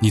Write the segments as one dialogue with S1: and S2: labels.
S1: 你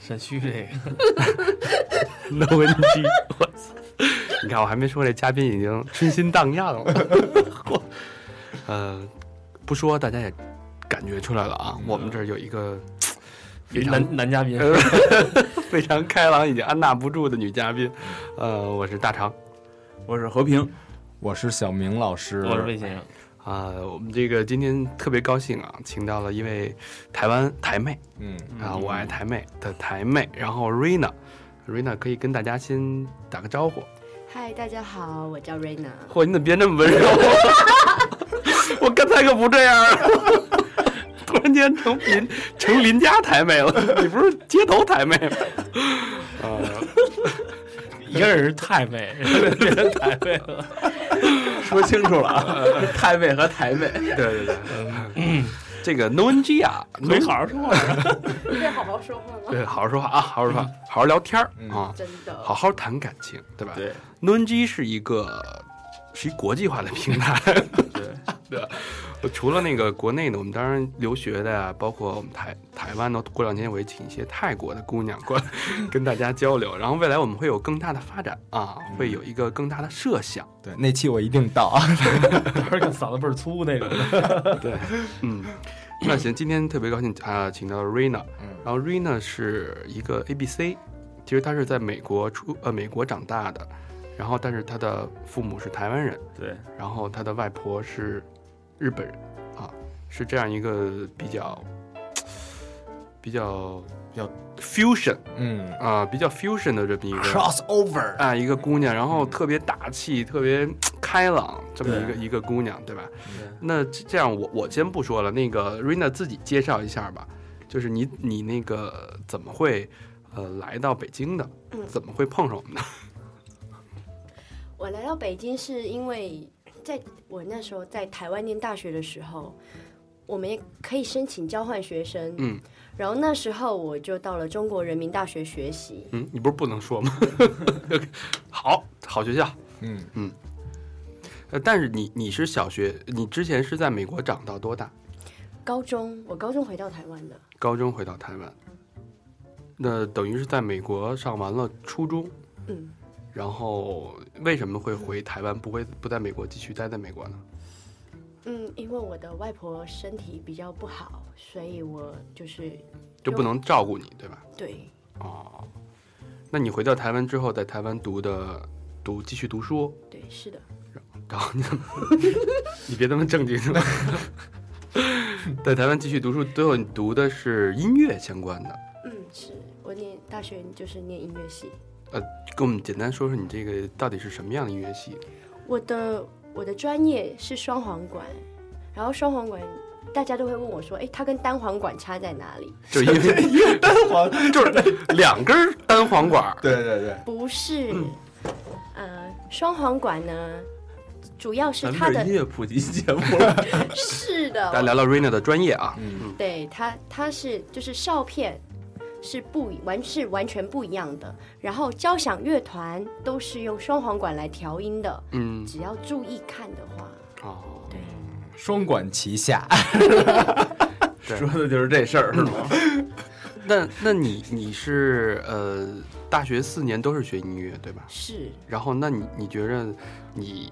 S2: 陕区这个
S1: No NG。我 操！你看，我还没说这嘉宾已经春心荡漾了。呃，不说大家也感觉出来了啊，我们这儿有一个非常
S2: 男男嘉宾，
S1: 非常开朗、已经按捺不住的女嘉宾。呃，我是大肠。
S3: 我是和平，
S4: 我是小明老师，
S2: 我是魏先生，
S1: 啊、我们这个今天特别高兴啊，请到了一位台湾台妹
S4: 嗯，
S1: 啊，
S2: 嗯
S1: 我爱台妹的台妹，然后 Rina，Rina 可以跟大家先打个招呼。
S5: 嗨，大家好，我叫 Rena。
S1: 嚯，你怎么变这么温柔？ 我刚才可不这样啊， 突然间成邻成邻家台妹了，你 不是街头台妹吗？啊、
S2: 一个人是太妹，变成太妹了。
S3: 说清楚了啊， 太妹和台妹，嗯
S1: 对对对，这个 No N G 啊，
S2: 没好好说话，
S5: 对，好好说话吗？
S1: 对，好好说话啊，好好说话，好好聊天儿
S4: 嗯
S1: 啊，
S5: 真的。
S1: 好，好谈感情，对吧？
S3: 对
S1: n o n g 是一个是一国际化的平台，
S3: 对，
S1: 除了那个国内的，我们当然留学的啊，包括我们台台湾的，过两天我会请一些泰国的姑娘过来 跟大家交流，然后未来我们会有更大的发展啊，会有一个更大的设想，
S4: 对，那期我一定到啊，
S2: 当时看嗓子倍儿粗那种。
S1: 嗯。那行，今天特别高兴啊、请到了 Rina，
S4: 嗯
S1: 然后 Rina 是一个 ABC，其实她是在美国出呃美国长大的，然后但是她的父母是台湾人，
S3: 对，
S1: 然后他的外婆是日本人，啊，是这样一个比较比较
S4: 比较
S1: fusion
S4: 嗯
S1: 啊，比较 fusion 的这么一个
S4: ，crossover，
S1: 啊一个姑娘，然后特别大气，特别开朗，这么一个一个姑娘，对吧？那这这样我我先不说了，那个 Rina 自己介绍一下吧，就是你你那个怎么会呃来到北京的
S5: 嗯？
S1: 怎么会碰上我们的？
S5: 我来到北京是因为，在我那时候在台湾念大学的时候，我们也可以申请交换学生。
S1: 嗯。
S5: 然后那时候我就到了中国人民大学学习。
S1: 嗯， 你不是不能 说吗？好好学校，
S4: 嗯，
S1: 呃，但是你你是小学，你之前是在美国长到多大？
S5: 高中，我高中回到台湾的。
S1: 高中回到台湾，那等于是在美国上完了初中，
S5: 嗯，
S1: 然后为什么会回台湾，不会不在美国继续待在美国呢？
S5: 嗯，因为我的外婆身体比较不好，所以我就是
S1: 就不能照顾你，对吧？
S5: 对
S1: 哦，那你回到台湾之后，在台湾读的读继续读书，
S5: 对是的，
S1: 然后你 你别那么正经了， 在台湾继续读书，最后你读的是音乐相关的。
S5: 嗯，是我念大学就是念音乐系。
S1: 跟我们简单说说你这个到底是什么样的音乐系？
S5: 我的我的专业是双簧管，然后双簧管大家都会问我说，哎，它跟单簧管差在哪里？
S1: 就因为
S3: 单簧，
S1: 就是两根单簧管儿，
S4: 对对对，
S5: 不是，嗯呃，双簧管呢，主要是
S3: 咱
S5: 它
S3: 们这
S5: 的
S3: 音乐普及节目了，
S5: 是
S1: 大家
S5: 的，
S1: 聊聊 Rina 的专业啊。
S4: 嗯
S5: 对它它是就是哨片。是不一完是完全不一样的。然后交响乐团都是用双簧管来调音的，
S1: 嗯
S5: 只要注意看的话，
S1: 哦，
S5: 对，
S4: 双管齐下，
S1: 对
S3: 说的就是这事儿，是 吗？
S1: 那那你你是呃大学四年都是学音乐对吧？
S5: 是
S1: 然后那你你觉着你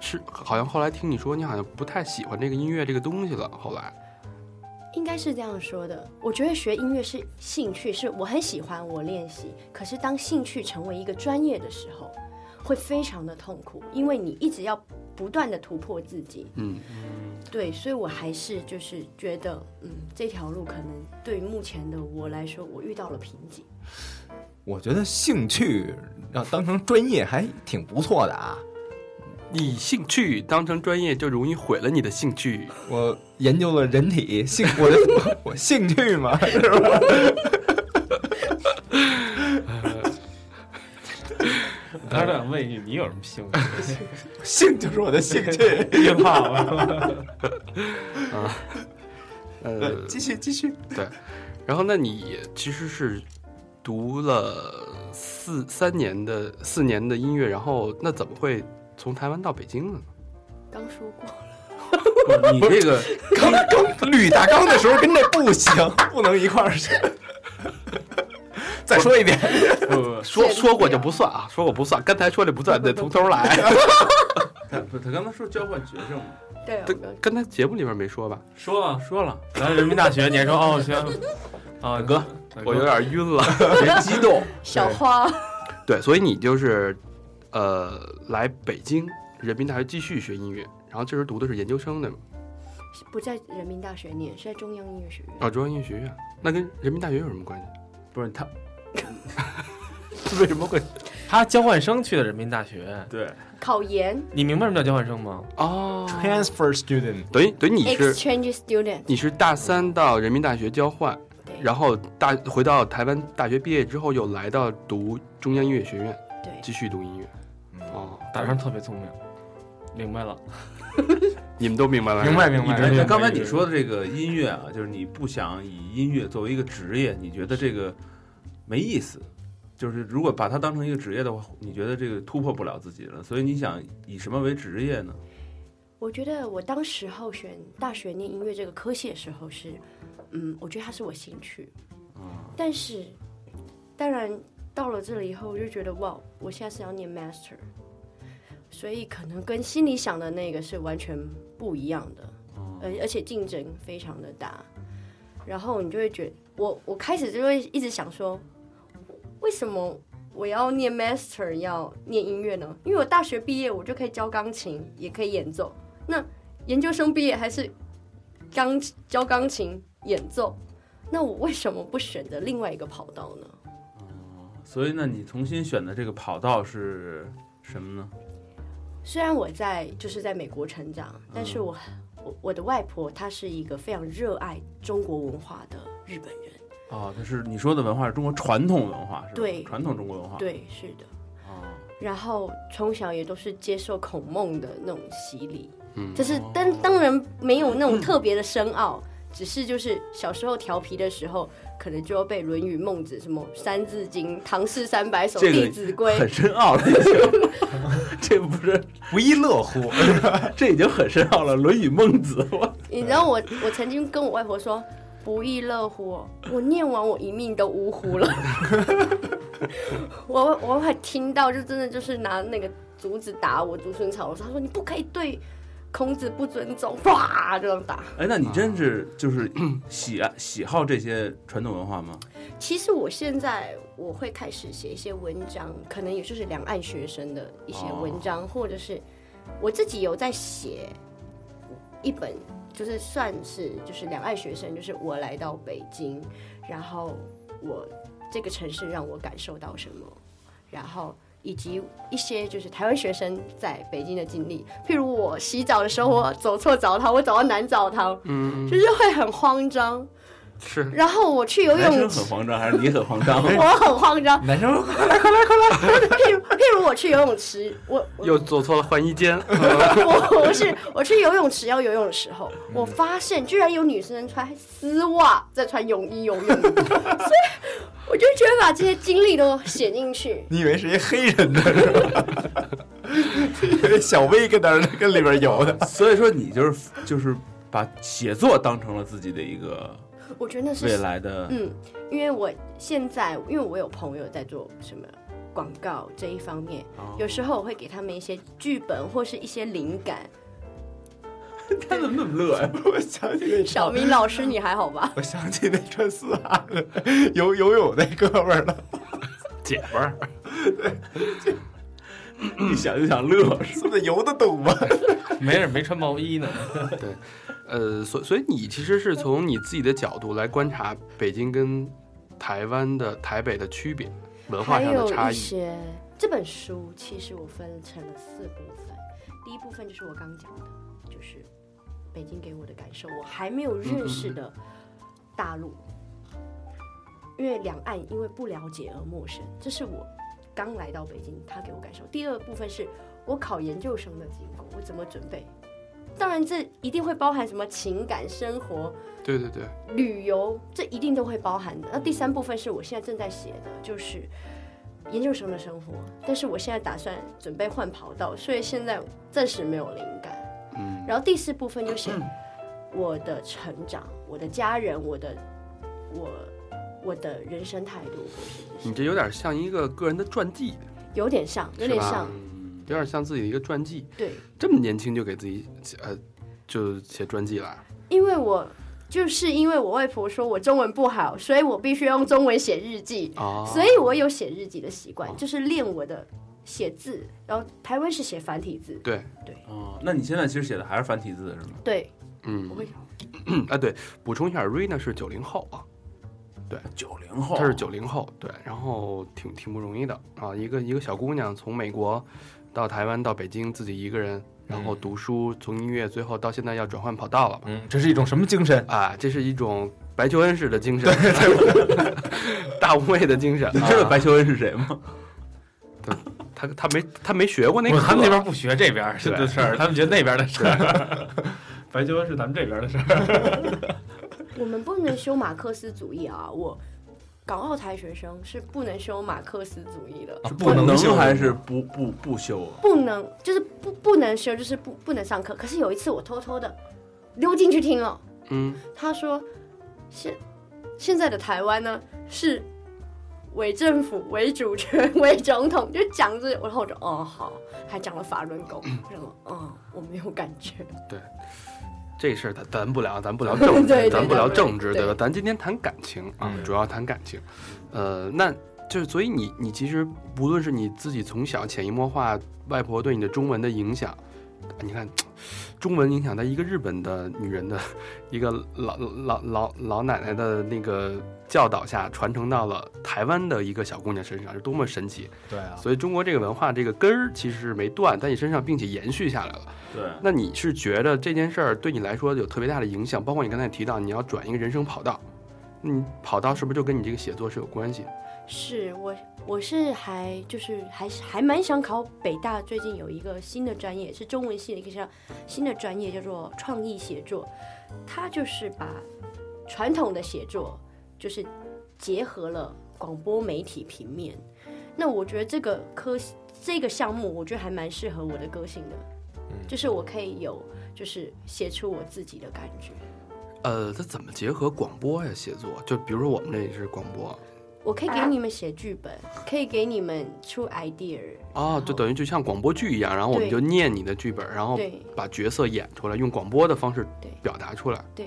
S1: 是好像后来听你说你好像不太喜欢这个音乐这个东西了，后来
S5: 应该是这样说的。我觉得学音乐是兴趣，是我很喜欢我练习。可是当兴趣成为一个专业的时候，会非常的痛苦，因为你一直要不断的突破自己。
S1: 嗯
S5: 对，所以我还是就是觉得，嗯，这条路可能对于目前的我来说，我遇到了瓶颈。
S4: 我觉得兴趣要当成专业还挺不错的啊，
S1: 你兴趣当成专业就容易毁了你的兴趣。
S4: 我研究了 人体兴，我的我兴趣嘛，是吧？
S2: 当时想问一句，你有什么兴趣？
S4: 性就是我的兴趣。
S2: 约炮吗？
S1: 呃，
S4: 继续继续，
S1: 然后那你其实是读了四三年的四年的音乐，然后那怎么会从台湾到北京了呢？
S5: 刚说过，
S1: 不是你这个
S4: 刚刚捋大纲的时候跟这不行，不能一块儿 去。再说一遍，
S1: 不不不说说过就不算啊，说过不算，刚才说的不算，得从头来。
S3: 他不他刚才说交换学生嘛，
S5: 对，啊我
S1: 对 刚
S5: 刚
S1: 才节目里边没说吧？
S2: 说了说了，咱人民大学，你还说哦行，啊
S1: 哥，我有点晕 了。
S3: 别激动，
S5: 小花，
S1: 对，所以你就是呃来北京人民大学继续学音乐，然后这时候读的是研究生对吗？
S5: 不在人民大学念，是在中央音乐学院。
S1: 啊，中央音乐学院，那跟人民大学有什么关系？
S3: 不是 他，
S1: 为什么会？
S2: 他交换生去的人民大学，
S3: 对，
S5: 考研
S2: 你明白什么叫交换生吗？
S1: 哦，
S4: transfer student
S1: 等于等于你是
S5: exchange student，
S1: 你是大三到人民大学交换，
S5: 对
S1: 然后大回到台湾大学毕业之后，又来到读中央音乐学院，
S5: 对
S1: 继续读音乐。哦，
S2: 打上特别聪明，明白了，
S1: 你们都明白了，
S2: 明白明
S1: 一
S2: 白。
S4: 哎
S1: 直
S3: 哎那
S2: 明白
S3: 刚才你说的这个音乐啊，就是你不想以音乐作为一个职业，你觉得这个没意思。就是如果把它当成一个职业的话，你觉得这个突破不了自己了，所以你想以什么为职业呢？
S5: 我觉得我当时候选大学念音乐这个科系的时候是，嗯，我觉得它是我兴趣，但是当然到了这里以后，我就觉得哇，我现在是要念 master，所以可能跟心里想的那个是完全不一样的，而、而且竞争非常的大，然后你就会觉我我开始就会一直想说，为什么？我要念 master，要念音乐呢，因为我大学毕业我就可以教钢琴，也可以演奏，研究生毕业还是钢教钢琴演奏，那我为什么不选择另外一个跑道呢？
S3: 所以呢，你重新选的这个跑道是什么呢？
S5: 虽然我在就是在美国成长，但是我我我的外婆她是一个非常热爱中国文化的日本人，
S3: 哦，就是你说的文化是中国传统文化，是吧？
S5: 对
S3: 传统中国文化。，
S5: 对，是的。
S3: 哦，
S5: 然后从小也都是接受孔孟的那种洗礼，
S1: 嗯
S5: 就是当当然没有那种特别的深奥，只是就是小时候调皮的时候，可能就要背《论语》《孟子》什么《三字经》《唐诗三百首》
S3: 这个
S5: 弟子规》
S3: 很深奥了，已经。 这不是，
S4: 不亦乐乎。
S3: 这已经很深奥了，《论语》《孟子》我。
S5: 你知道我我曾经跟我外婆说“不亦乐乎哦”，我念完我一命都呜呼了。 我我外婆听到就真的就是拿那个竹子打我竹笋草，她说你不可以对孔子不尊重，哇这样打。
S3: 哎，那你真是就是喜爱喜好这些传统文化吗？
S5: 其实我现在我会开始写一些文章，可能也就是两岸学生的一些文章，或者是我自己有在写一本，就是算是就是两岸学生，就是我来到北京，然后我这个城市让我感受到什么，然后。以及一些就是台湾学生在北京的经历，譬如我洗澡的时候，我走错澡堂，我走到男澡堂，嗯，就是会很慌张。
S1: 是
S5: 然后我去游
S3: 男
S5: 泳
S3: 生
S5: 池
S3: 很，慌张，还是你很慌张？
S5: 我很慌 张。
S4: 男生
S5: 譬如譬如我去游泳池，我我
S1: 又走错了换衣间，
S5: 我我是我去游泳池要游泳的时候，我发现居然有女生穿丝袜在穿泳衣游泳，所以我就觉得把这些经历都写进去。
S4: 你以为是一黑人呢？是 吧？小薇跟那儿跟里边游的，
S3: 所以说你就是就是把写作当成了自己的一个
S5: 我觉得那
S3: 未
S5: 是
S3: 来的，
S5: 嗯，因为我现在因为我有朋友在做什么广告这一方面，有时候我会给他们一些剧本或是一些灵感。
S3: 他怎么那么乐呀？
S4: 我想起那
S5: 小明老师，你还好吧？
S4: 我想起那穿丝袜的游游泳那哥们儿了，
S1: 姐们儿，
S3: 一想就想乐。
S4: 说的嗯游得动 吗？
S2: 没事，没穿毛衣呢。
S1: 呃，所所以你其实是从你自己的角度来观察北京跟台湾的台北的区别，文化
S5: 还
S1: 上的
S5: 有
S1: 差
S5: 一
S1: 异。
S5: 些这本书，其实我分成了四部分。第一部分就是我刚讲的，就是北京给我的感受，我还没有认
S1: 嗯
S5: 识的大陆，因为两岸因为不了解而陌生，这是我刚来到北京，他给我感受；第二部分是我考研究生的经过，我怎么准备。当然，这一定会包含什么情感生活、
S1: 对对对，
S5: 旅游，这一定都会包含的。那第三部分是我现在正在写的，就是研究生的生活，但是我现在打算准备换跑道，所以现在暂时没有灵感。
S1: 嗯，
S5: 然后第四部分就写我的成长、我的家人、我的我我的人生态度，或是
S1: 你这有点像一个个人的传记，
S5: 有点像，有点
S1: 是吧嗯
S5: 像，
S1: 有点像自己的一个传记。
S5: 对，
S1: 这么年轻就给自己写呃，就写传记了。
S5: 因为我就是因为我外婆说我中文不好，所以我必须用中文写日记，
S1: 哦
S5: 所以我有写日记的习
S1: 哦
S5: 惯，就是练我的写字。然后台湾是写繁体字，
S1: 对，
S3: 哦，那你现在其实写的还是繁体字是吗？
S5: 对，
S1: 嗯
S5: 我会
S1: 啊，对，补充一下，Rina 是九零后啊，
S3: 九零后
S1: 她是九零后，对，然后挺挺不容易的啊，一个一个小姑娘从美国到台湾到北京，自己一个人，然后读书，从音乐最后到现在要转换跑道了吧？
S4: 嗯，这是一种什么精神？
S1: 啊，这是一种白求恩式的精神， 大无畏的精神。
S3: 你知道
S1: 啊
S3: 白求恩是谁 吗？
S1: 他他没他没学过那个
S2: 不
S1: 课，
S2: 是他们那边不学这边儿
S1: 对
S2: 的事儿，他们觉得那边儿的事儿。白求恩是咱们这边儿的事儿。
S5: 我们不能修马克思主义啊，我。港澳台学生是不能修马克思主义
S1: 哦
S5: 的，
S4: 不能
S3: 能
S4: 修
S3: 还是不不不修啊？
S5: 不能就是不不能修，就是不不能上课。可是有一次我偷偷的溜进去听了，
S1: 嗯，
S5: 他说现现在的台湾呢是伪政府、伪主权、伪总统，就讲这，然后我就哦好，还讲了法轮功，我想说嗯我没有感觉，
S1: 这事儿咱咱不聊，咱不聊 政
S5: 对
S1: 治，
S5: 对
S1: 咱不聊政治，
S5: 对
S1: 对吧？咱今天谈感情啊，
S2: 嗯
S1: 主要谈感情。呃，那就是所以你你其实无论是你自己从小潜移默化外婆对你的中文的影响，你看中文影响在一个日本的女人的一个老老老老奶奶的那个教导下，传承到了台湾的一个小姑娘身上，是多么神奇！
S2: 对啊，
S1: 所以中国这个文化这个根儿其实是没断，在你身上并且延续下来了。
S3: 对，
S1: 那你是觉得这件事儿对你来说有特别大的影响？包括你刚才提到你要转一个人生跑道，你跑道是不是就跟你这个写作是有关系？
S5: 是我我是还就是还是还蛮想考北大，最近有一个新的专业是中文系的一个像新的专业叫做创意写作，它就是把传统的写作就是结合了广播媒体平面。那我觉得这个科这个项目，我觉得还蛮适合我的个性的，就是我可以有就是写出我自己的感觉。
S1: 呃，它怎么结合广播呀、写作？就比如说我们这也是广播
S5: 我可以给你们写剧本，可以给你们出 idea，
S1: 啊，就等于就像广播剧一样，然后我们
S5: 对
S1: 就念你的剧本，然后
S5: 对
S1: 把角色演出来，用广播的方式
S5: 对
S1: 表达出来。
S5: 对。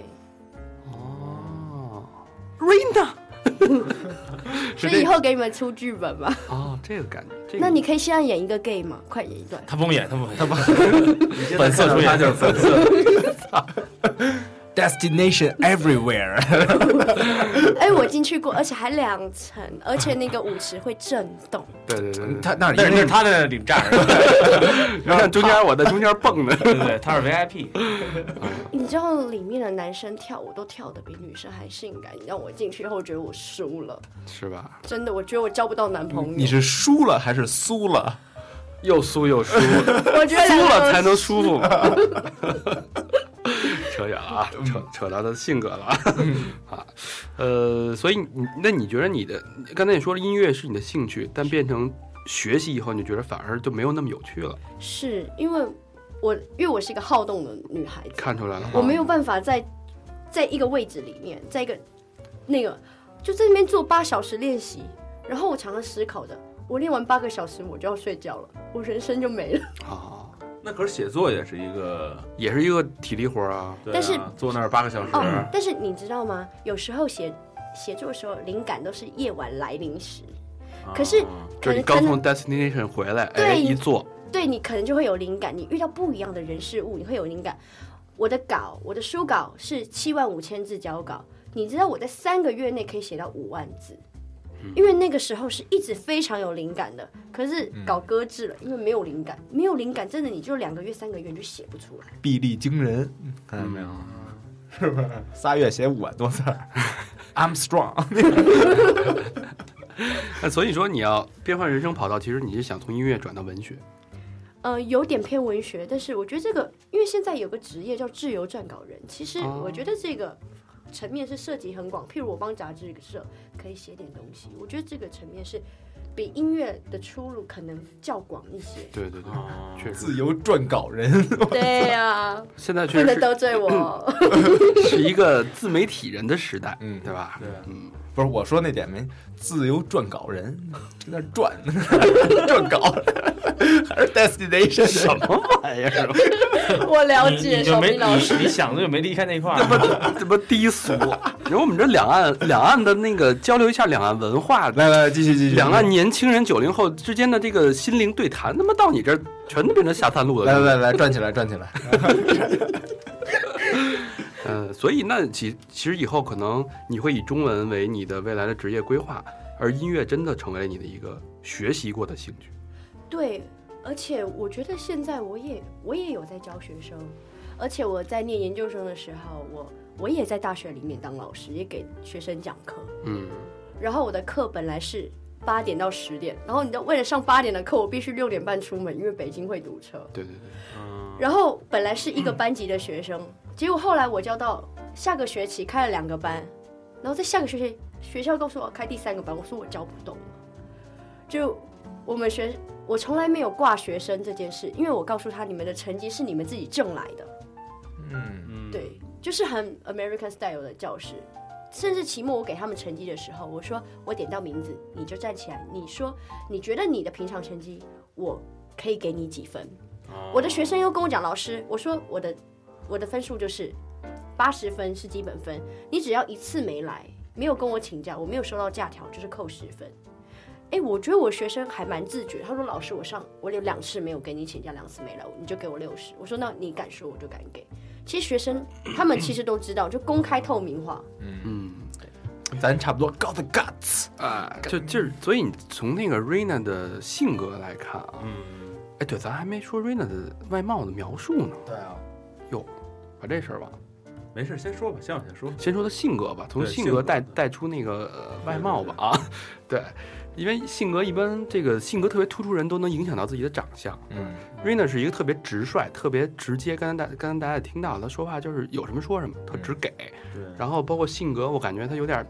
S1: 哦，
S5: 所以以后给你们出剧本吧。
S1: 哦，这个感觉，这个
S5: 那你可以现在演一个 gay 吗？快演一段。
S2: 他不演，他不演，他不
S3: 粉色出他就是粉色。
S4: 啊 Destination everywhere，
S5: 哎，我进去过，而且还两层，而且那个舞池会震动。
S1: 对对对 对，
S4: 他那
S2: 但
S4: 因
S2: 是那
S4: 为
S2: 是他的领战，
S1: 你看中间我在中间蹦的，
S2: 对对对，他是 VIP，
S5: 你知道里面的男生跳舞都跳得比女生还性感，你让我进去后觉得我输了，
S1: 是吧？
S5: 真的，我觉得我交不到男朋友。
S4: 你是输了还是苏了？
S1: 又酥又舒，
S5: 我觉得
S1: 输
S5: 两个
S1: 了才能舒服嘛。 扯远了啊，
S3: 嗯
S1: 扯扯到他的性格了啊。 啊，呃，所以你那你觉得你的刚才你说了音乐是你的兴趣，但变成学习以后，你觉得反而就没有那么有趣了？
S5: 是因为我，因为我是一个好动的女孩子，
S1: 看出来了啊，
S5: 我没有办法在在一个位置里面，在一个那个就在那边做八小时练习，然后我常常思考着，我练完八个小时我就要睡觉了，我人生就没了。
S1: 啊，
S3: 那可是写作也是一个，
S1: 也是一个体力活儿啊。
S3: 对啊
S5: 但是
S3: 坐那儿八个小
S5: 哦
S1: 嗯
S3: 时，，
S5: 但是你知道吗？有时候写写作的时候，灵感都是夜晚来临时，可是
S3: 啊
S1: 就
S5: 可
S1: 是你
S5: 能
S1: 刚
S5: 可
S1: 从
S5: 能
S1: destination 回来，
S5: 对
S1: 哎，一坐，
S5: 对你可能就会有灵感，你遇到不一样的人事物，你会有灵感。我的稿，我的书稿是七万五千字交稿，你知道我在三个月内可以写到五万字。因为那个时候是一直非常有灵感的，可是搞搁置了，因为没有灵感，没有灵感，真的你就两个月、三个月你就写不出来。
S4: 臂力惊人，嗯看见没有？ 是不是仨月写五万多字儿？I'm strong，
S1: 那所以说，你要变换人生跑道，其实你是想从音乐转到文学。
S5: 呃，有点偏文学，但是我觉得这个，因为现在有个职业叫自由撰稿人，其实
S1: 哦。
S5: 我觉得这个层面是涉及很广。譬如我帮杂志社可以写点东西，我觉得这个层面是比音乐的出路可能较广一 些
S1: 对对对，
S3: 哦
S1: 确实，
S4: 自由撰稿人，
S5: 对呀、
S2: 啊
S1: 现在确
S5: 不
S1: 实
S5: 能
S1: 是
S5: 得罪 我。
S1: 是一个自媒体人的时代，
S4: 嗯
S1: 对吧？
S3: 对，
S1: 嗯，
S4: 不是我说那点没，自由撰稿人，在那转 撰稿， 还是 destination 什么？
S5: 我了
S2: 你
S5: 解
S2: 你就
S5: 小
S2: 没
S5: 明老师，
S2: 你你想的就没离开那块
S1: 这
S2: 儿。啊
S1: 么这么低俗。然后我们这两岸两岸的那个交流一下两岸文化，
S4: 来来，继续继续。
S1: 两岸年轻人九零后之间的这个心灵对谈，他妈到你这儿全都变成下三路了。
S4: 来来来，转起来转起来。
S1: 嗯，所以那其其实以后可能你会以中文为你的未来的职业规划，而音乐真的成为了你的一个学习过的兴趣。
S5: 对，而且我觉得现在我也我也有在教学生，而且我在念研究生的时候，我我也在大学里面当老师，也给学生讲课。
S1: 嗯，
S5: 然后我的课本来是八点到十点，然后你知道为了上八点的课，我必须六点半出门，因为北京会堵车。
S1: 对对嗯对，
S5: 然后本来是一个班级的学生，结果后来我教到下个学期开了两个班，然后在下个学期学校告诉我开第三个班，我说我教不动了，就我们学我从来没有挂学生这件事，因为我告诉他你们的成绩是你们自己挣来的，
S4: 嗯，
S5: 对，就是很 American style 的教室。甚至期末我给他们成绩的时候，我说我点到名字，你就站起来，你说你觉得你的平常成绩，我可以给你几分。我的学生又跟我讲，老师，我说我的我的分数就是八十分是基本分，你只要一次没来，没有跟我请假，我没有收到假条，就是扣十分。哎，我觉得我学生还蛮自觉，他说老师，我上我有两次没有给你请假，两次没来，你就给我六十。我说那你敢说，我就敢给。其实学生他们其实都知道，就公开透明化。
S1: 嗯。
S4: 咱差不多 got the guts。
S1: 啊，就就是，所以你从那个 Rina 的性格来看啊，
S3: 嗯，
S1: 哎，对，咱还没说 Rina 的外貌的描述呢，
S4: 对啊，
S1: 把这事儿忘了。
S3: 没事，先说吧，先往下说。
S1: 先说她性格吧，从
S3: 对
S1: 性
S3: 性
S1: 格
S3: 格
S1: 带
S3: 对
S1: 带出那个、呃外貌吧啊， 对，因为性格一般，这个性格特别突出人都能影响到自己的长相。
S4: 嗯，
S1: Rina 是一个特别直率、特别直接，刚才大刚才大家也听到，她说话就是有什么说什么，她直给。
S3: 对，
S1: 然后包括性格，我感觉她有点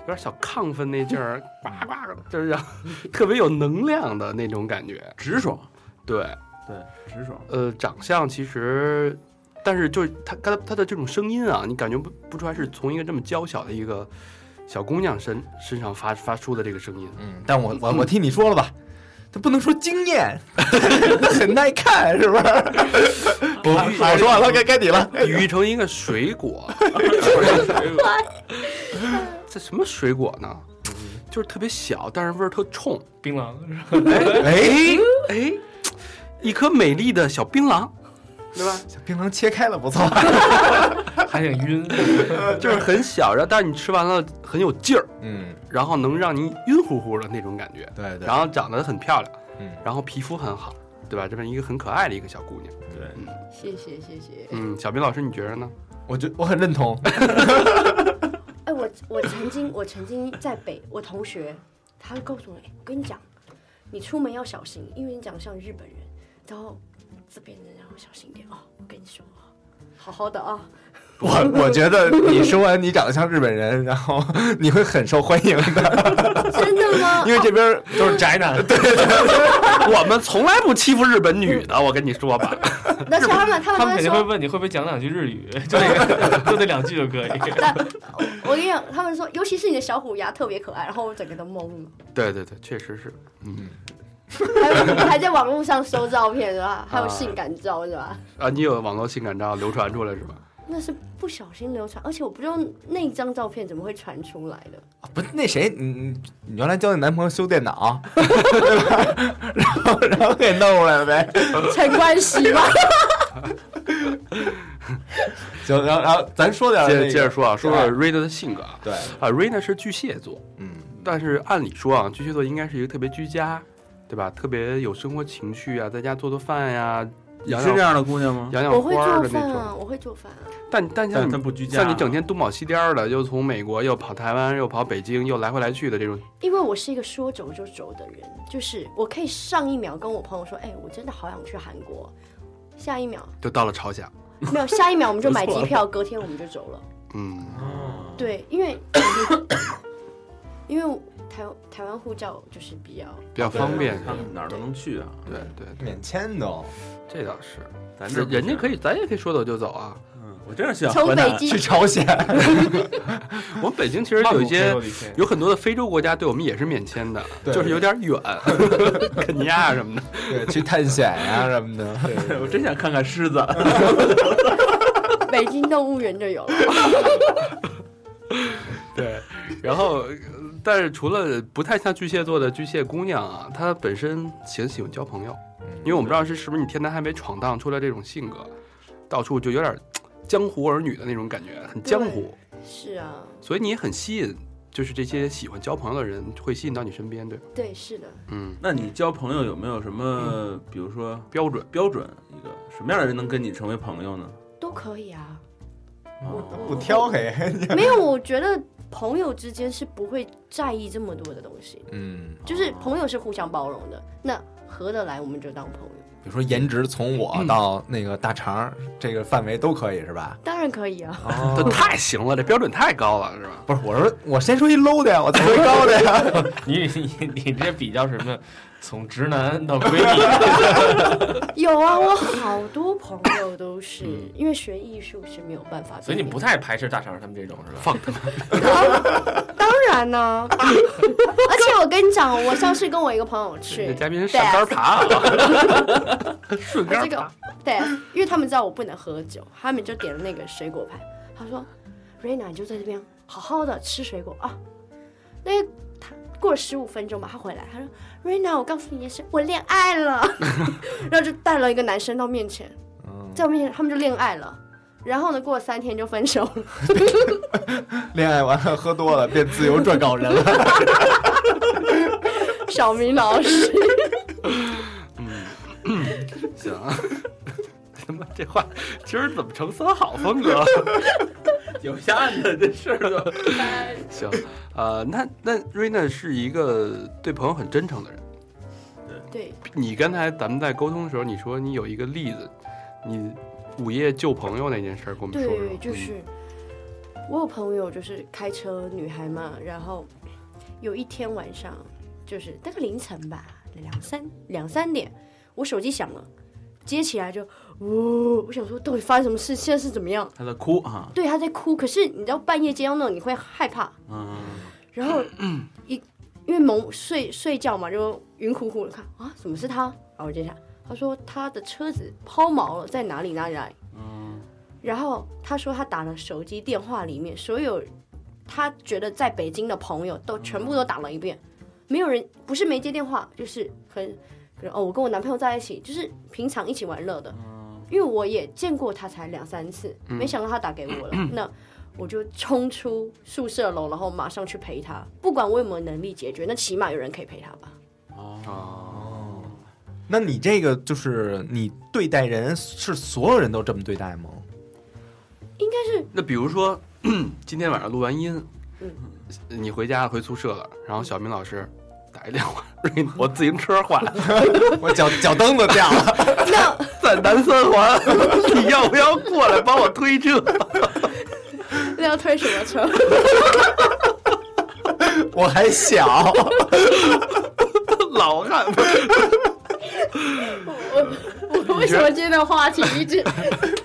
S1: 有点小亢奋那劲儿，呱呱，就是让 特别有能量的那种感觉。
S3: 直爽，
S1: 对，
S3: 对，直爽，
S1: 呃，长相其实，但是就是她她她的这种声音啊，你感觉不不出来是从一个这么娇小的一个小姑娘身身上发发出的这个声音。
S4: 嗯，但我我我替你说了吧，他不能说惊艳，很耐看，是不是？我我说完了，该该你了。
S1: 比喻成一个水果，这什么水果呢？就是特别小，但是味儿特冲。
S2: 槟榔，
S4: 哎，
S1: 哎，一颗美丽的小槟榔，对吧？
S4: 小槟榔切开了，不错。
S2: 还挺晕。
S1: 就是很小，然后但是你吃完了很有劲儿，
S4: 嗯，
S1: 然后能让你晕乎乎的那种感觉。
S4: 对对
S1: 然，后长得很漂亮，
S4: 嗯
S1: 然后皮肤很好，对吧？这么一个很可爱的一个小姑娘。
S3: 对，
S5: 谢谢谢谢。
S1: 嗯，小斌老师，你觉着呢？
S4: 我觉我很认同。
S5: 哎，我我曾经我曾经在北，我同学他就告诉我，哎，我跟你讲，你出门要小心，因为你长相日本人，然后这边的人要小心点哦。我跟你说啊，好好的 啊，
S4: 我我觉得你说完你长得像日本人，然后你会很受欢迎的，
S5: 真的吗？
S4: 因为这边
S2: 都是宅男，对，
S1: 我们从来不欺负日本女的，我跟你说吧。
S5: 而且他们他
S2: 他们
S5: 们都
S2: 肯
S5: 在
S2: 定会
S5: 说，
S2: 问你会不会讲两句日语，就那个， 就那两句就可以。
S5: 我跟你讲，他们说，尤其是你的小虎牙特别可爱，然后我整个都懵了。
S1: 对对对，确实是。
S5: 还有我还在网络上搜照片是吧？还有
S1: 啊
S5: 性感照是吧？
S1: 啊，你有网络性感照流传出来是吧？
S5: 那是不小心流传，而且我不知道那张照片怎么会传出来的。
S4: 不是那谁，你你你原来教你男朋友修电 脑，对吧？然后然后给弄出来了呗。
S5: 陈冠希吧，
S4: 行，然后然后咱说点
S1: 接
S4: 呃那
S1: 着
S4: 个
S1: 接着说啊，说说
S4: 对
S1: Rina 的性格啊。
S4: 对，
S1: 啊，Rina 是巨蟹座，
S4: 嗯，
S1: 但是按理说啊，巨蟹座应该是一个特别居家，对吧？特别有生活情趣啊，在家做做饭呀、 养
S3: 是这
S1: 养
S3: 样的姑娘吗？
S1: 养
S5: 我
S1: 养
S5: 会
S1: 花儿
S5: 做
S1: 的
S5: 饭
S1: 那种。
S5: 啊，我会做饭啊。
S1: 但但像
S3: 但
S1: 你
S3: 她不居家，
S1: 像你整天东跑西颠儿的，又从美国又跑台湾，又跑北京，又来回来去的这种，
S5: 因为我是一个说走就走的人，就是我可以上一秒跟我朋友说，哎，我真的好想去韩国，下一秒
S1: 就到了朝鲜。
S5: 没有，下一秒我们就买机票，隔天我们就走了。
S1: 嗯，
S5: 对，因为因为台台湾护照就是比较
S1: 比较
S3: 哦对
S1: 方便。
S3: 他们哪儿都能去啊。
S1: 对对对，
S4: 免签都
S1: 这倒是。
S3: 咱这
S1: 人人家可
S3: 以，
S1: 以，咱也可以说走就走 啊。
S3: 嗯我真是想
S5: 从北京
S4: 去朝鲜，
S1: 我们北京其实有一些
S2: 些
S1: 有很多的非洲国家对我们也是免签的，
S4: 对
S1: 就是有点 远，肯尼亚什么的。
S4: 对，去探险呀、什么 的。
S3: 我真想看看狮子。
S1: 嗯
S5: 北京动物园就有了。
S1: 对，然后，呃但是除了不太像巨蟹座的巨蟹姑娘啊，她本身喜喜欢交朋友，因为我不知道是是不是你天南海北闯荡出来这种性格，到处就有点嘖江湖儿女的那种感觉，很江湖，
S5: 是啊，
S1: 所以你也很吸引，就是这些喜欢交朋友的人会吸引到你身边，对吧，
S5: 对，是的。
S1: 嗯，
S3: 那你交朋友有没有什么，比如说
S1: 标准。
S3: 标准？一个什么样的人能跟你成为朋友呢？
S5: 都可以啊，
S3: 哦
S4: 不挑黑，
S5: 没有，我觉得朋友之间是不会在意这么多的东西，
S4: 嗯，
S5: 就是朋友是互相包容的，那合得来我们就当朋友，
S4: 比如说颜值从我到那个大肠儿这个范围都可以是吧？
S5: 当然可以啊。
S1: 这太行了，这标准太高了，是吧？
S4: 不是，我说我先说一 low 的呀，我再说一高的呀。
S2: 你你你这比较什么？从直男到闺蜜，
S5: 有啊，我好多朋友都是、因为学艺术是没有办法避免，
S2: 所以你不太排斥大肠他们这种是吧？
S1: 放他
S5: 当然呢、而且我跟你讲，我上次跟我一个朋友
S1: 这
S5: 去，
S1: 嘉宾上杆儿爬 啊，顺杆
S5: 这
S1: 儿
S5: 个
S1: 爬。
S5: 对，因为他们知道我不能喝酒，他们就点了那个水果盘。他说：“Rena，你就在这边好好的吃水果啊。”那个他过了十五分钟吧，他回来，他说：“Rena，我告诉你一件事，我恋爱了。” 然后就带了一个男生到面前，
S1: 嗯
S5: 在我面前他们就恋爱了。然后呢，过了三天就分手了。
S4: 恋爱完了喝多了，变自由撰稿人 了。
S5: 小明老 师，
S1: 行啊，他妈这话今儿怎么成三好风格了？
S3: 有下的这事儿就
S1: 行，呃，那那瑞娜是一个对朋友很真诚的人。
S5: 对，
S1: 你刚才咱们在沟通的时候，你说你有一个例子，你午夜救朋友那件事儿，跟我们说嗯说。
S5: 对，就是我有朋友就是开车女孩嘛，然后有一天晚上就是大概凌晨吧，两三两三点，我手机响了，接起来就呜、我想说到底发生什么事，现在是怎么样？
S3: 他在哭啊，
S5: 对，他在哭，可是你知道半夜接到那种你会害怕，
S3: 嗯，
S5: 然后一因为蒙睡睡觉嘛，就晕乎乎的看啊，怎么是他？然后我接下来，他说他的车子抛锚了，在哪里哪里哪里。然后他说他打了手机电话里面所有他觉得在北京的朋友都全部都打了一遍，没有人不是没接电话，就是很可能哦，我跟我男朋友在一起，就是平常一起玩乐的。因为我也见过他才两三次，没想到他打给我了。那我就冲出宿舍楼，然后马上去陪他，不管我有没有能力解决，那起码有人可以陪他吧。
S1: 哦啊
S4: 那你这个就是你对待人是所有人都这么对待吗？
S5: 应该是
S1: 那比如说 今天晚上录完音，
S5: 嗯
S1: 你回家回宿舍了，然后小明老师打一电话，瑞娜，我自行车坏了，
S4: 我脚脚蹬子掉了，
S1: 在南三环， 你要不要过来帮我推车？
S5: 那要推什么车？
S4: 我还 小。
S1: 老汉
S5: 我为什么今天的话题一直？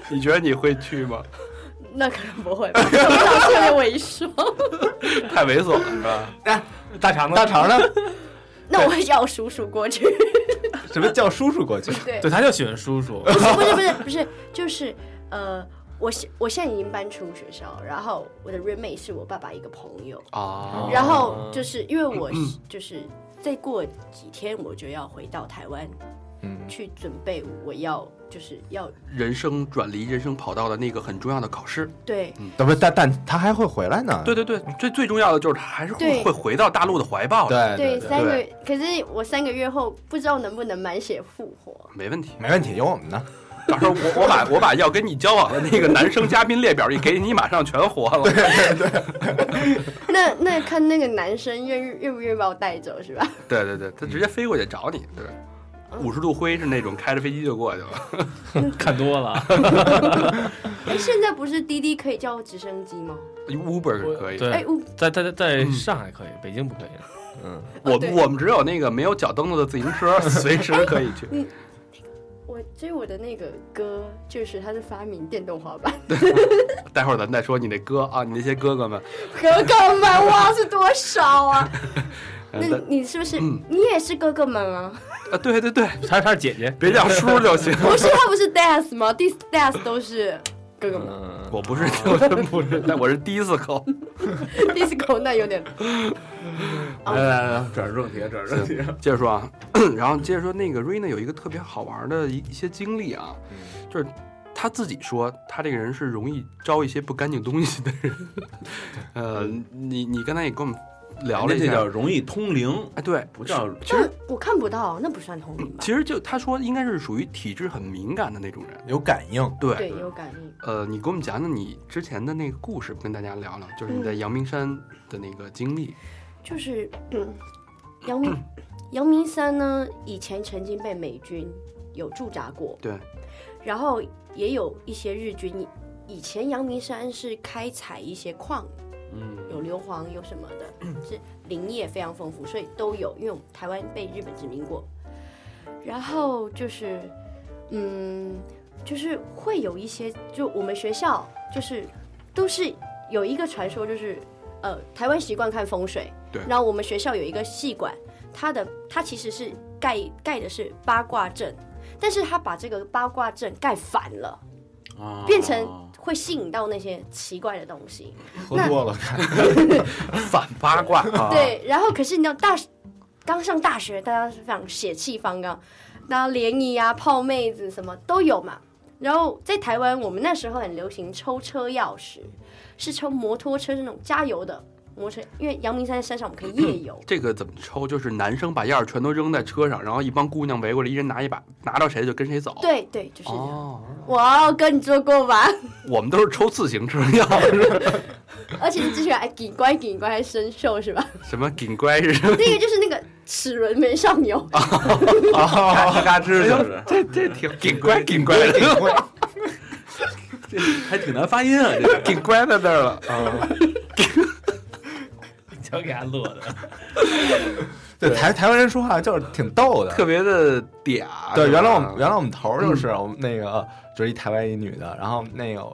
S1: 你觉得你会去吗？
S5: 那可能不会吧，小明老师有点猥琐。
S1: 太猥琐了，是吧？
S2: 大肠呢？
S4: 哎大肠呢？
S5: 那我会叫我叔叔过去。
S4: 什么叫叔叔过去？嗯
S5: 对，
S2: 对，他就喜欢叔叔。
S5: 不是不是不是，就是呃，我现我现在已经搬出学校，然后我的 roommate 是我爸爸一个朋友，
S1: 啊，
S5: 然后就是因为我就是再过几天我就要回到台湾，
S4: 嗯
S5: 去准备我要就是要
S1: 人生转离人生跑道的那个很重要的考试。
S5: 对
S4: 不是，嗯但但他还会回来呢。
S1: 对对对，最最重要的就是他还是会
S5: 对
S1: 会回到大陆的怀抱的，
S4: 对
S5: 对三个
S1: 对
S5: 月，可是我三个月后不知道能不能满血复活，
S1: 没问题。
S4: 没问题，有我们呢。
S1: 到时候我我把我把要跟你交往的那个男生嘉宾列表一给你，马上全活了。
S5: 那那看那个男生愿意愿不愿意把我带走是吧？
S1: 对对对，他直接飞过去找你，对吧？
S2: 嗯
S1: 五十度灰是那种开着飞机就过去了，
S2: 看多了，
S5: 哎，现在不是滴滴可以叫直升机吗？
S1: Uber 是可以。
S2: 对
S5: 哎，我
S2: 在在在上海可以，北京不可以。
S1: 我
S5: 哦对
S1: 我们只有那个没有脚蹬子的自行车， 随时可以去。
S5: 我追我的那个哥，就是他是发明电动滑板，
S1: 待会儿咱再说你那哥啊，你那些哥哥们，
S5: 哥哥们哇是多少啊？
S1: 呃
S5: 那
S1: 但
S5: 你是不是、
S1: 嗯
S5: 你也是哥哥们啊？
S1: 啊，对对对，
S2: 她她是姐姐，
S1: 别叫叔就行。
S5: 不是他不是 dance 吗？dis dance 都是哥哥们
S4: 嗯，
S1: 我不是，我真不 是，但我是 disco。嗯
S5: ，disco 那有点
S3: 来来来，啊转入正题，转入正题。
S1: 接着说啊， 然后接着说那个 Rina 有一个特别好玩的一一些经历啊，
S3: 嗯
S1: 就是他自己说他这个人是容易招一些不干净东西的人。 呃，你你刚才也跟我们聊了
S3: 嗯那
S1: 一
S3: 这
S1: 下
S3: 叫，容易通灵，
S1: 哎，对，
S3: 不叫
S1: 其实
S5: 那我看不到，那不算同龄吧？
S1: 其实就他说应该是属于体质很敏感的那种人。
S4: 有感应，
S1: 对，
S5: 对，有感应。
S1: 呃，你给我们讲讲你之前的那个故事，跟大家聊聊，就是
S5: 嗯
S1: 你在阳明山的那个经历。
S5: 就是嗯，阳明阳明山呢，以前曾经被美军有驻扎过，
S1: 对，
S5: 然后也有一些日军。以以前阳明山是开采一些矿，
S3: 嗯
S5: 有硫磺，有什么的，是林业非常丰富，所以都有。因为我们台湾被日本殖民过，然后就是，嗯，就是会有一些，就我们学校就是都是有一个传说，就是呃，台湾习惯看风水，
S1: 对
S5: 然后我们学校有一个系馆，它的它其实是盖盖的是八卦阵，但是它把这个八卦阵盖反了，
S3: 啊，
S5: 变成会吸引到那些奇怪的东西。
S4: 喝多了看，
S1: 反八卦啊，。
S5: 对，然后可是你知道大学刚上大学，大家是非常血气方刚，然后联谊啊、泡妹子什么都有嘛。然后在台湾，我们那时候很流行抽车钥匙，是抽摩托车是那种加油的摩托车，因为阳明山山上我们可以夜游
S1: 这个怎么抽？就是男生把钥匙全都扔在车上，然后一帮姑娘围过来，一人拿一把，拿到谁就跟谁走。，
S5: 对对，就是这样。
S1: 哦，
S5: 哇哦，哥你做过吧？
S1: 我们都是抽自行车钥匙，
S5: 而且你之前还顶乖顶乖还生锈 是吧？
S1: 什么紧乖 是什么，
S5: 那个就是那个齿轮没上油，
S1: 啊
S3: 嘎吱嘎吱，就
S4: 哦
S3: 是
S1: 这这挺 紧乖紧乖的，
S3: 还挺难发音啊，这 个。
S1: 紧乖在那儿 了。
S4: 哦
S2: 就给她乐的。
S4: 对台台湾人说话就是挺逗的，
S1: 特别的嗲，
S4: 对，
S1: 是吧
S4: 原来我们原来我们头儿就是我们那个就是一台湾一女的，然后那个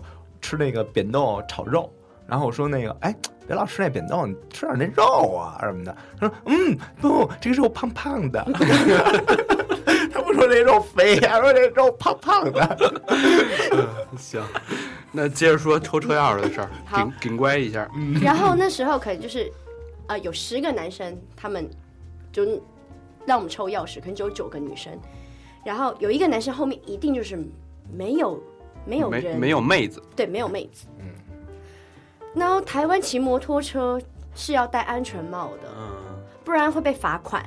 S4: 吃那个扁豆炒肉，然后我说那个哎。别老吃那扁豆，你吃点那肉啊什么的。他说：“嗯，不，这个肉胖胖的。” 他不说这肉肥呀、说这肉胖胖 的。
S1: 行，那接着说抽车钥匙的事儿，
S5: 好
S1: 紧紧乖一下，嗯
S5: 然后那时候可能就是，呃，有十个男生，他们就让我们抽钥匙，可能只有九个女生。然后有一个男生后面一定就是没有没有
S1: 没
S5: 人，
S1: 没有妹子，
S5: 对，没有妹子。然后台湾骑摩托车是要戴安全帽的，
S3: 嗯，
S5: 不然会被罚款。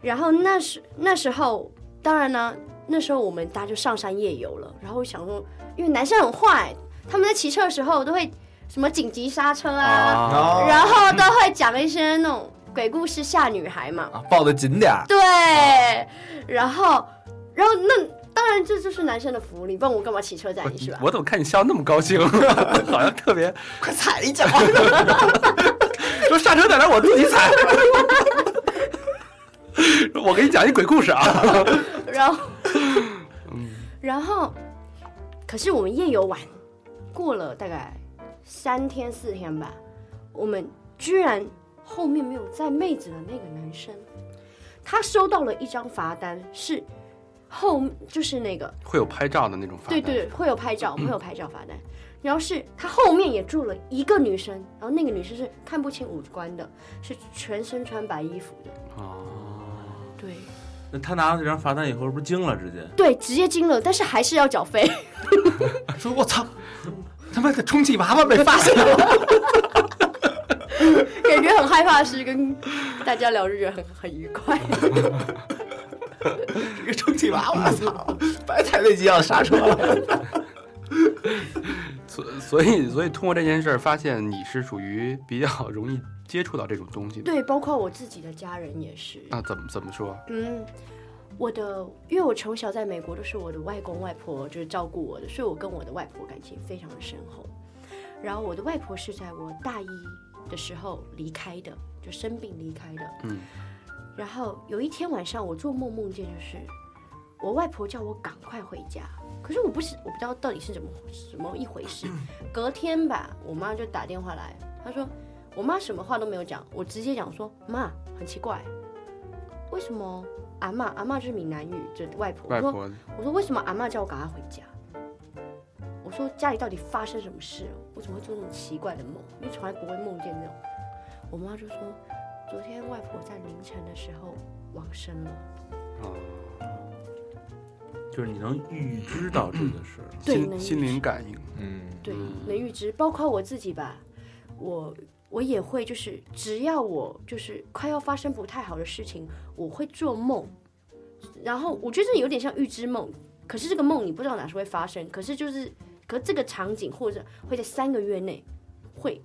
S5: 然后那时那时候，当然呢，那时候我们大家就上山夜游了。然后我想说，因为男生很坏，他们在骑车的时候都会什么紧急刹车啊
S4: 哦
S5: 然后都会讲一些那种鬼故事吓女孩嘛。
S4: 啊，抱得紧点儿。
S5: 对，然后，然后那当然这就是男生的福利，不然我干嘛骑车载你啊是吧？
S1: 我怎么看你笑那么高兴， 好像特别
S4: 快踩一脚！
S1: 说刹车在哪儿，我自己踩。 我给你讲一鬼故事啊，
S5: 然后，然后，可是我们夜游完，过了大概三天四天吧，我们居然后面没有载妹子的那个男生，他收到了一张罚单，是后就是那个
S1: 会有拍照的那种发。
S5: 对对，对，会有拍照，会有拍照罚单。然后是他后面也住了一个女生，然后那个女生是看不清五官的，是全身穿白衣服的。
S3: 哦，
S5: 对
S3: 那他拿到这张罚单以后，是不是惊了？直接
S5: 对，直接惊了，但是还是要缴费。
S4: 说我操，他妈的充气娃娃被发现 了。
S5: 感觉很害怕是跟大家聊日语很很愉快。
S4: 这个充气娃 娃，操，白踩那几脚刹车了。
S1: 所所以所以通过这件事儿，发现你是属于比较 容易接触到这种东西的。
S5: 对，包括我自己的家人也是。
S4: 啊
S1: 那怎么怎么说？
S5: 嗯，我的，因为我从小在美国都是我的外公外婆就是照顾我的，所以我跟我的外婆感情非常的深厚。然后我的外婆是在我大一的时候离开的，就生病离开的。
S1: 嗯。
S5: 然后有一天晚上，我做梦梦见就是我外婆叫我赶快回家，可是我不是我不知道到底是怎么怎么一回事。隔天吧，我妈就打电话来，她说我妈什么话都没有讲，我直接讲说妈很奇怪，为什么阿嬷阿嬷就是闽南语，就是外婆。
S1: 外
S5: 我说
S1: 婆
S5: 我说为什么阿嬷叫我赶快回家？我说家里到底发生什么事了？我怎么会做那种奇怪的梦？因为从来不会梦见那种。我妈就说，昨天外婆在凌晨的时候往生了。
S1: 呃
S3: 就是你能预知到这个事儿。
S5: 对能
S1: 心
S5: 预
S1: 心
S5: 知
S1: 灵感应，
S4: 嗯，
S5: 对，
S1: 嗯
S5: 能预知，包括我自己吧，我我也会，就是只要我就是快要发生不太好的事情，我会做梦，然后我觉得这有点像预知梦，可是这个梦你不知道哪时候会发生，可是就是，可这个场景或者会在三个月内会。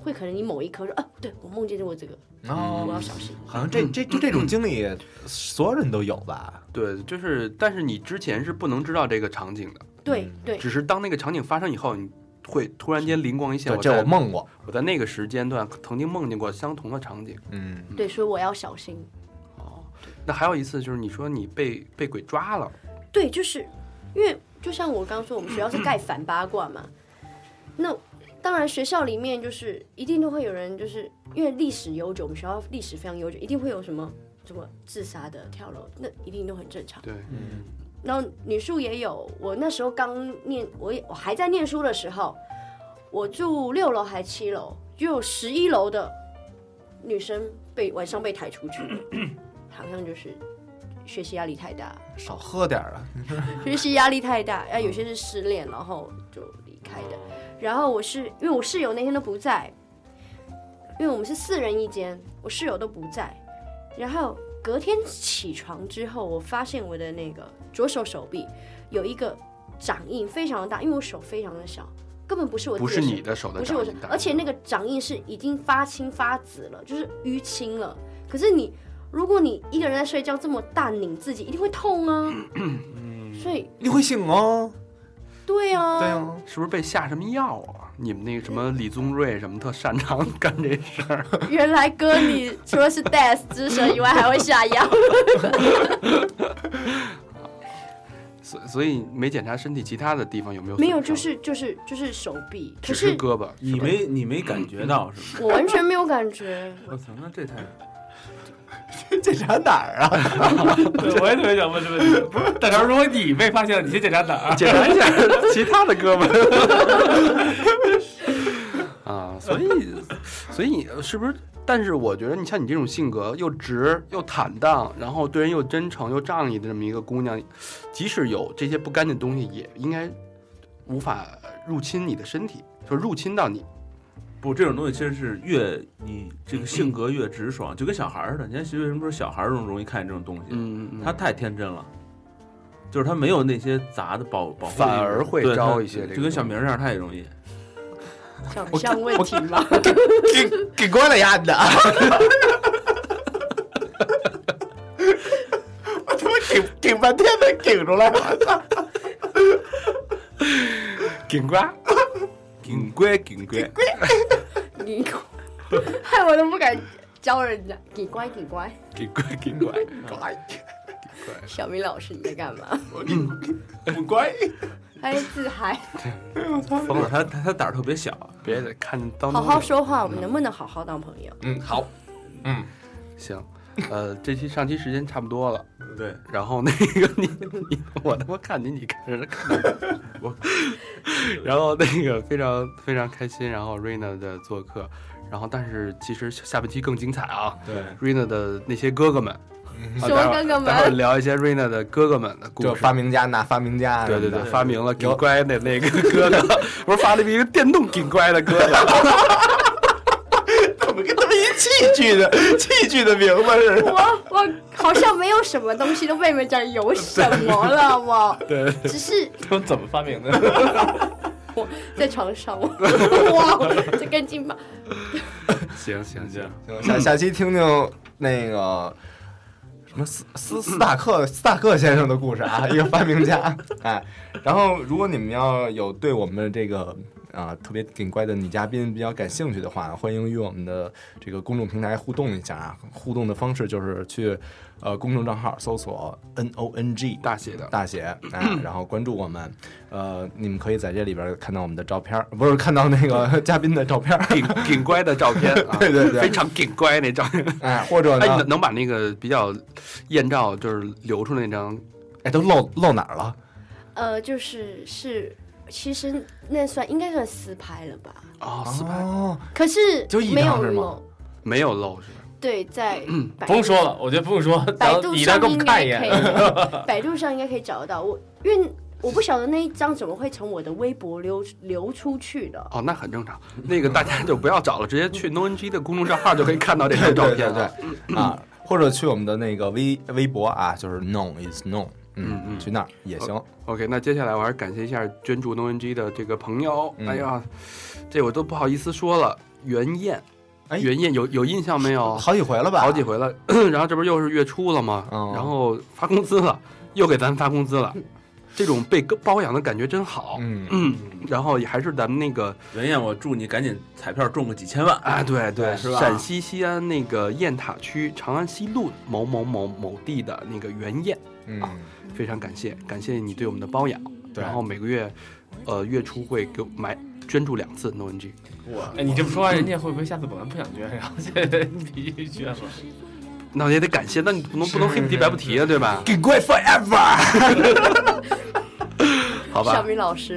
S5: 会可能你某一刻说啊，对我梦见过这个，
S4: 然后
S5: 我要小心。
S4: 好像这这这这种经历，所有人都有吧？
S1: 对，就是，但是你之前是不能知道这个场景的，
S5: 对对
S1: 只是当那个场景发生以后，你会突然间灵光一现，
S4: 对，
S1: 我
S4: 这我
S1: 在
S4: 梦过。
S1: 我在那个时间段曾经梦见过相同的场景。
S4: 嗯，
S5: 对，所以我要小心。
S1: 那还有一次就是你说你被被鬼抓了，
S5: 对，就是因为就像我刚说，我们学校是盖反八卦嘛，那当然学校里面就是一定都会有人，就是因为历史悠久，我们学校历史非常悠久，一定会有什么什么自杀的、跳楼，那一定都很正常。
S1: 对，
S5: 然后女宿也有，我那时候刚念，我也我还在念书的时候，我住六楼还七楼，就有十一楼的女生被晚上被抬出去， 好像就是学习压力太大，
S4: 少喝点儿啊。
S5: 学习压力太
S1: 嗯
S5: 大，啊，有些是失恋然后就离开的。
S1: 哦
S5: 然后我是因为我室友那天都不在，因为我们是四人一间，我室友都不在。然后隔天起床之后，我发现我的那个左手手臂有一个掌印非常的大，因为我手非常的小，根本不是我自
S1: 不
S5: 己
S1: 是
S5: 的手
S1: 你的手的
S5: 不是
S1: 掌
S5: 我
S1: 印
S5: 是，
S1: 大，
S5: 而且那个掌印是已经发青发紫了，就是淤青了。可是你，如果你一个人在睡觉，这么大拧自己，一定会痛啊。所以，
S4: 你会醒哦？
S5: 对啊，
S4: 对 啊，
S1: 是不是被下什么药啊？你们那个什么李宗瑞什么特擅长干这事儿，
S5: 原来哥你除了是 death 之神以外，还会下 药。
S1: 所所以没检查身体其他的地方有没有损
S5: 没
S1: 伤
S5: 有，就是就是就是手臂，可
S1: 只
S5: 是
S1: 是胳膊，是
S3: 你
S1: 吧
S3: 没你没感觉到是吗？
S5: 我完全没有感觉。
S3: 我操，那这太……
S4: 检查哪儿啊？
S2: 对，我也特别想问这个问题。不 是，大乔，如果你被发现了，你先检查哪儿？
S1: 检查一 下其他的胳膊。啊，所以，所以你是不是？但是我觉得，你像你这种性格，又直又坦荡，然后对人又真诚又仗义的这么一个姑娘，即使有这些不干净的东西，也应该无法入侵你的身体，就入侵到你。
S3: 不，这种东西其实是越你这个性格越直爽，就跟小孩儿似的。你看为什么说小孩儿容容易看见这种东西？
S1: 嗯，嗯
S3: 他太天真了，就是他没有那些杂的保保护力，
S1: 反而会
S3: 对
S1: 招
S3: 他
S1: 一些这个
S3: 就跟小明儿这样，他也容易。
S5: 长相问题吗？
S4: 给给关了啊丫的！ 我他妈顶顶半天才顶出来，我操！
S1: 顶瓜。
S3: 顶乖顶乖，
S5: 你，害我都不敢教人家。你乖，你乖，
S1: 给乖给乖，
S5: 小明老师你在干嘛？
S4: 不乖，
S5: 还自嗨，
S3: 疯了！他他他胆儿特别小，
S1: 别得看当
S5: 好好
S1: 东西
S5: 说话，我们能不能好好当朋友？
S4: 嗯，好，
S1: 行，呃，这期上期时间差不多了，
S4: 嗯
S3: 对
S1: 然后那个你你我他妈看你你看着看 着我，然后那个非常非常开心，然后瑞娜的做客，然后但是其实下半期更精彩啊，
S3: 对。
S1: 瑞娜的那些哥哥们，啊
S5: 什么
S1: 待会儿
S5: 哥哥们
S1: 待会儿聊一些瑞娜的哥哥们的故
S4: 这
S1: 事
S4: 嗯发。明家那发明家，
S1: 对对对，
S4: 什么的
S1: 发明了
S4: 有
S1: 顶乖的那个哥哥， 不是发了一个电动顶乖的哥哥，
S4: 怎么跟他们一器具的器具的名字似的？
S5: 我我我好像没有什么东西都被你们讲有什么了嘛，对，只是
S2: 都怎么发明的？
S5: 我在床上，我哇，这根筋吧，
S1: 行行行，
S4: 行下下期听听那个什么斯斯斯塔克斯塔克先生的故事啊，一个发明家。哎，然后如果你们要有对我们的这个啊、特别顶怪的女嘉宾比较感兴趣的话，欢迎与我们的这个公众平台互动一下啊。互动的方式就是去呃公众账号搜索 N O N G
S1: 大写的
S4: 大写，哎，然后关注我们，呃，你们可以在这里边看到我们的照片儿，不是看到那个嘉宾的 照片儿，
S1: 顶顶乖的照片啊，
S4: 对对对
S1: 非常顶乖那照片。
S4: 哎，或者
S1: 哎，能
S4: 呢，
S1: 能把那个比较艳照就是留出那张，
S4: 哎，都露露哪儿了？
S5: 呃，就是是，其实那算应该算私拍了吧，
S1: 哦，四 百
S4: 哦，
S5: 可是
S4: 就一
S5: 没有
S4: 张是吗
S5: 露
S1: 没有漏是吧？
S5: 对，在百
S2: 不用说了，我觉得不用说，
S5: 百
S2: 嗯然后
S5: 度
S2: 你再
S5: 上
S2: 给我
S5: 应
S2: 们看
S5: 该
S2: 一
S5: 可
S2: 眼。
S5: 以，百度上应该可以找得到我，因为我不晓得那一张怎么会从我的微博流流出去的。
S1: 哦，那很正常。那个大家就不要找了，直接去 NoNG 的公众账号就可以看到这张照片了。
S4: 对对啊，或者去我们的那个微微博啊，就是 known is known，
S1: 嗯嗯
S4: 去那儿也行。
S1: OK，那接下来我还是感谢一下捐助 NoNG 的这个朋友。
S4: 嗯
S1: 哎呀，这我都不好意思说了，袁燕，
S4: 哎
S1: 袁燕有有印象没有？
S4: 哦好几回了吧？
S1: 好几回了。 然后这不是又是月初了吗？
S4: 哦
S1: 然后发工资了，又给咱们发工资了，这种被包养的感觉真好。
S4: 嗯，
S1: 然后也还是咱们那个
S3: 袁燕，我祝你赶紧彩票中个几千万！
S1: 啊，对对，
S3: 是吧
S1: 陕西西安那个雁塔区长安西路某某某某地的那个袁燕，
S4: 嗯
S1: 啊非常感谢，感谢你对我们的包养。
S4: 对
S1: 然后每个月，呃，月初会给我买捐助两次 NoNG。
S2: 哎，你这么说话，人家会不会下次本来不想捐，然后现在 必须捐了？
S1: 那也得感谢，那你不能不能黑不提白不提啊，对吧？
S4: 给贵 forever。
S1: 好吧
S5: 小明老师，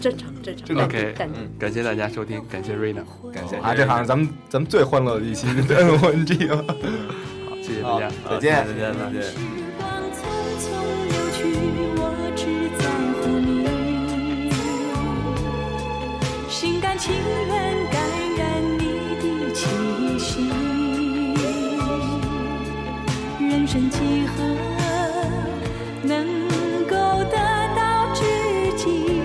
S5: 正常正常。
S1: ，OK，
S5: 淡定
S1: 感谢大家收听，感谢 Rina，
S4: 感谢啊，这好像咱们咱们最欢乐的一期 NONG 了。
S1: 好谢谢大家。
S4: 再见。
S3: 再见，再见。
S6: 时光匆匆流去，我只在乎你。心甘情愿感染你的气息。人生几何能够得到知己？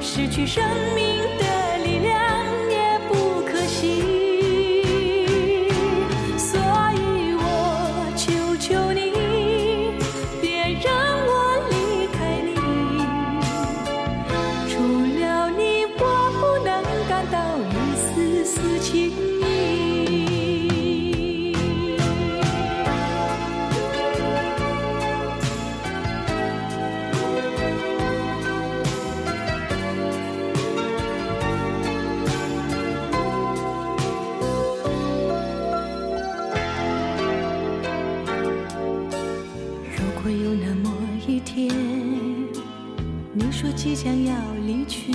S6: 失去生命的力量也不可惜。所以我求求你，别让我离开你。除了你，我不能感到一丝丝情意。如果有那么一天，你说即将要离去，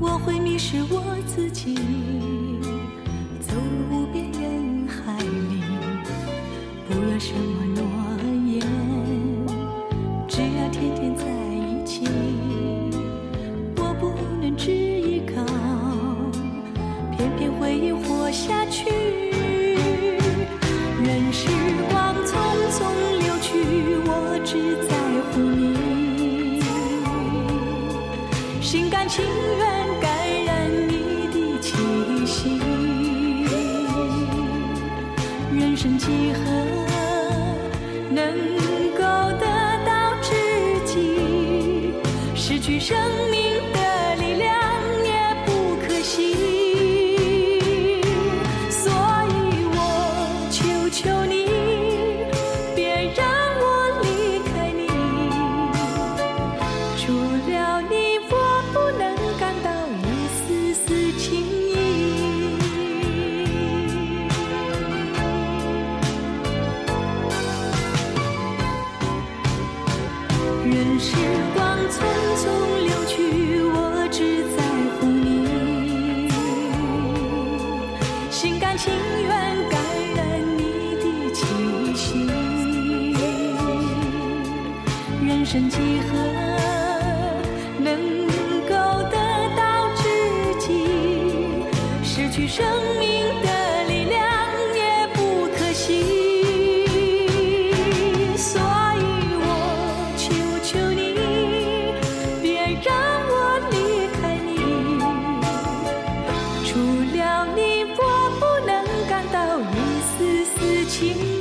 S6: 我会迷失我自己，走入无边人海里。不要什么诺言，只要天天在一起。我不能只依靠，偏偏回忆活下去。任时光匆匆流去，我只在乎你，心甘情愿感染你的气息。人生几何能够得到知己？失去生命的力量也不可惜。所以我求求你，别让我离开你。除了你，我不能感到一丝丝情意。任时光匆匆流去，我只在乎你，心甘情愿感染你的气息。人生几何能够得情。